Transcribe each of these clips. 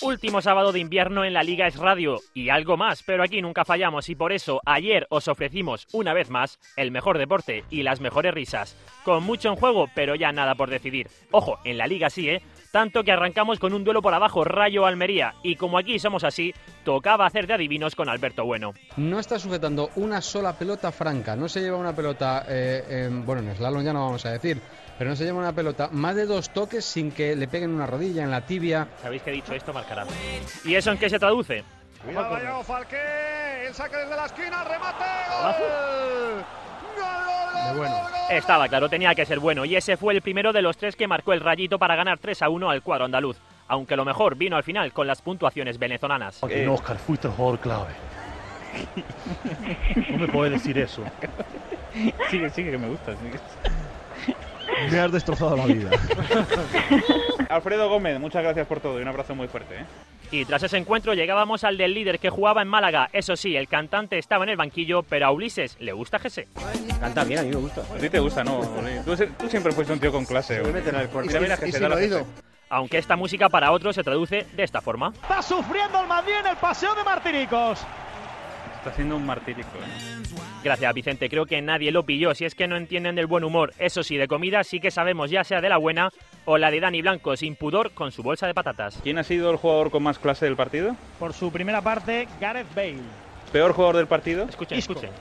Último sábado de invierno en la Liga Es Radio y algo más, pero aquí nunca fallamos y por eso ayer os ofrecimos una vez más el mejor deporte y las mejores risas. Con mucho en juego, pero ya nada por decidir. Ojo, en la Liga sí, ¿eh? Tanto que arrancamos con un duelo por abajo, Rayo Almería, y como aquí somos así, tocaba hacer de adivinos con Alberto Bueno. No está sujetando una sola pelota franca, no se lleva una pelota, eh, eh, bueno, en slalom ya no vamos a decir, pero no se lleva una pelota más de dos toques sin que le peguen una rodilla, en la tibia. Sabéis que he dicho esto, marcará. ¿Y eso en qué se traduce? Cuidado, Vallejo, Falqué, el saque desde la esquina, remate, gol. De bueno. Estaba claro, tenía que ser bueno, y ese fue el primero de los tres que marcó el rayito para ganar 3 a 1 al cuadro andaluz. Aunque lo mejor vino al final con las puntuaciones venezolanas. Eh, no, Oscar, fuiste el jugador clave. No me puedes decir eso. Sigue, sigue, que me gusta. sigue. Me has destrozado la vida. Alfredo Gómez, muchas gracias por todo y un abrazo muy fuerte. ¿eh? Y tras ese encuentro llegábamos al del líder que jugaba en Málaga. Eso sí, el cantante estaba en el banquillo, pero a Ulises le gusta Jesse. Canta bien, a mí me gusta. A ti te gusta, ¿no? Tú, se- tú siempre fuiste un tío con clase. güey. Mira, mira, que se da la gente. Aunque esta música para otros se traduce de esta forma. Está sufriendo el Madrid en el paseo de Martiricos. Está siendo un martírico. ¿eh? Gracias, Vicente. Creo que nadie lo pilló. Si es que no entienden del buen humor, eso sí, de comida sí que sabemos, ya sea de la buena o la de Dani Blanco, sin pudor, con su bolsa de patatas. ¿Quién ha sido el jugador con más clase del partido? Por su primera parte, Gareth Bale. ¿Peor jugador del partido? Escuchen, Isco. escuchen.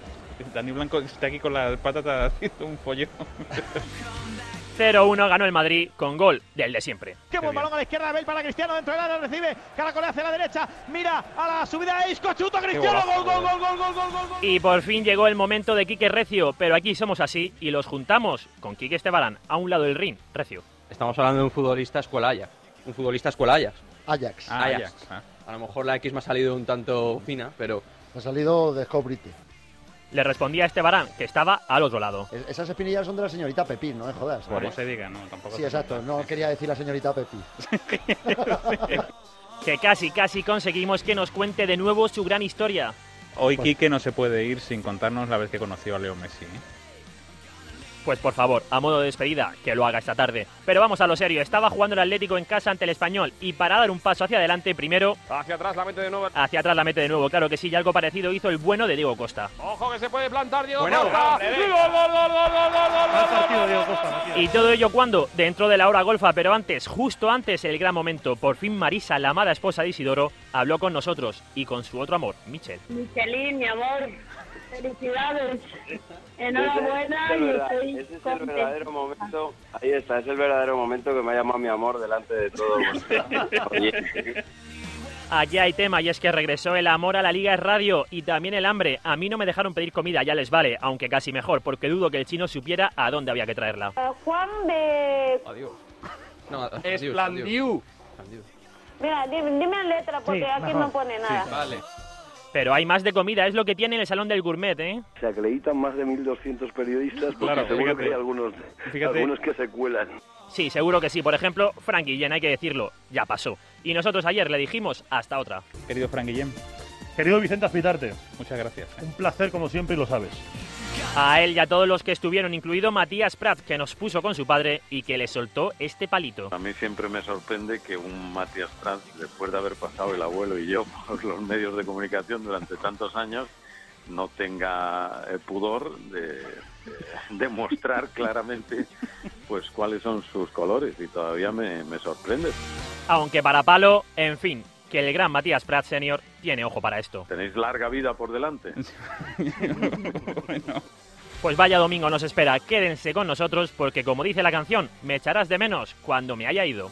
Dani Blanco está aquí con la patata haciendo un follón. 0-1 ganó el Madrid con gol del de siempre. Qué buen balón a la izquierda de Bale para Cristiano. Dentro del área recibe. Caracolea hacia la derecha. Mira a la subida de Isco. Chuto Cristiano. golazo, Gol, gol, joder. gol, gol, gol, gol, gol, gol. Y por fin llegó el momento de Quique Recio, pero aquí somos así y los juntamos con Quique Estebarán, a un lado del ring, Recio. Estamos hablando de un futbolista escuelaya. Un futbolista escuelaya. Ajax. Ah, Ajax. Ajax, ah. A lo mejor la X me ha salido un tanto fina, pero Ha salido de Scobrite. Le respondía Estebarán, que estaba al otro lado. Esas espinillas son de la señorita Pepín, no me jodas. Como se diga, no, tampoco. Sí, se- exacto. No quería decir la señorita Pepín. Que casi, casi conseguimos que nos cuente de nuevo su gran historia. Hoy Quique no se puede ir sin contarnos la vez que conoció a Leo Messi. ¿eh? Pues por favor, a modo de despedida, que lo haga esta tarde. Pero vamos a lo serio, estaba jugando el Atlético en casa ante el Español y para dar un paso hacia adelante primero... Hacia atrás la mete de nuevo. Hacia atrás la mete de nuevo, claro que sí, y algo parecido hizo el bueno de Diego Costa. Ojo que se puede plantar Diego Bueno, Costa. hombre, ¡Gol, gol, gol, gol, gol, gol, gol, Mal gol, partido, gol, Diego gol, Costa, gol, mal partido. Y todo ello cuando, dentro de la hora golfa, pero antes, justo antes, el gran momento, por fin Marisa, la amada esposa de Isidoro, habló con nosotros y con su otro amor, Michel. Michelin, mi amor, felicidades. Enhorabuena Ese es el y verdad- estoy ese es el contenta. verdadero momento. Ahí está, es el verdadero momento que me ha llamado mi amor delante de todo. Oye, Aquí hay tema y es que regresó el amor a la Liga es Radio y también el hambre. A mí no me dejaron pedir comida, ya les vale, aunque casi mejor, porque dudo que el chino supiera a dónde había que traerla. A Juan de... adiós. No, adiós, Es adiós, plan Diu. adiós. Mira, di- dime, la letra porque aquí mejor. no pone nada. Vale. Pero hay más de comida, es lo que tiene en el salón del gourmet, ¿eh? Se acreditan más de 1.200 periodistas porque Claro, seguro fíjate. que hay algunos, Fíjate. algunos que se cuelan. Sí, seguro que sí. Por ejemplo, Frank Guillén, hay que decirlo, ya pasó. Y nosotros ayer le dijimos hasta otra. Querido Fran Guillem, Querido Vicente Azpitarte, muchas gracias. ¿eh? un placer como siempre y lo sabes. A él y a todos los que estuvieron, incluido Matías Prat, que nos puso con su padre y que le soltó este palito. A mí siempre me sorprende que un Matías Trans, después de haber pasado el abuelo y yo por los medios de comunicación durante tantos años, no tenga eh, pudor de, demostrar claramente pues cuáles son sus colores y todavía me, me sorprende. Aunque para palo, en fin, que el gran Matías Prat Senior tiene ojo para esto. Tenéis larga vida por delante. bueno, Pues vaya domingo nos espera, quédense con nosotros porque como dice la canción, me echarás de menos cuando me haya ido.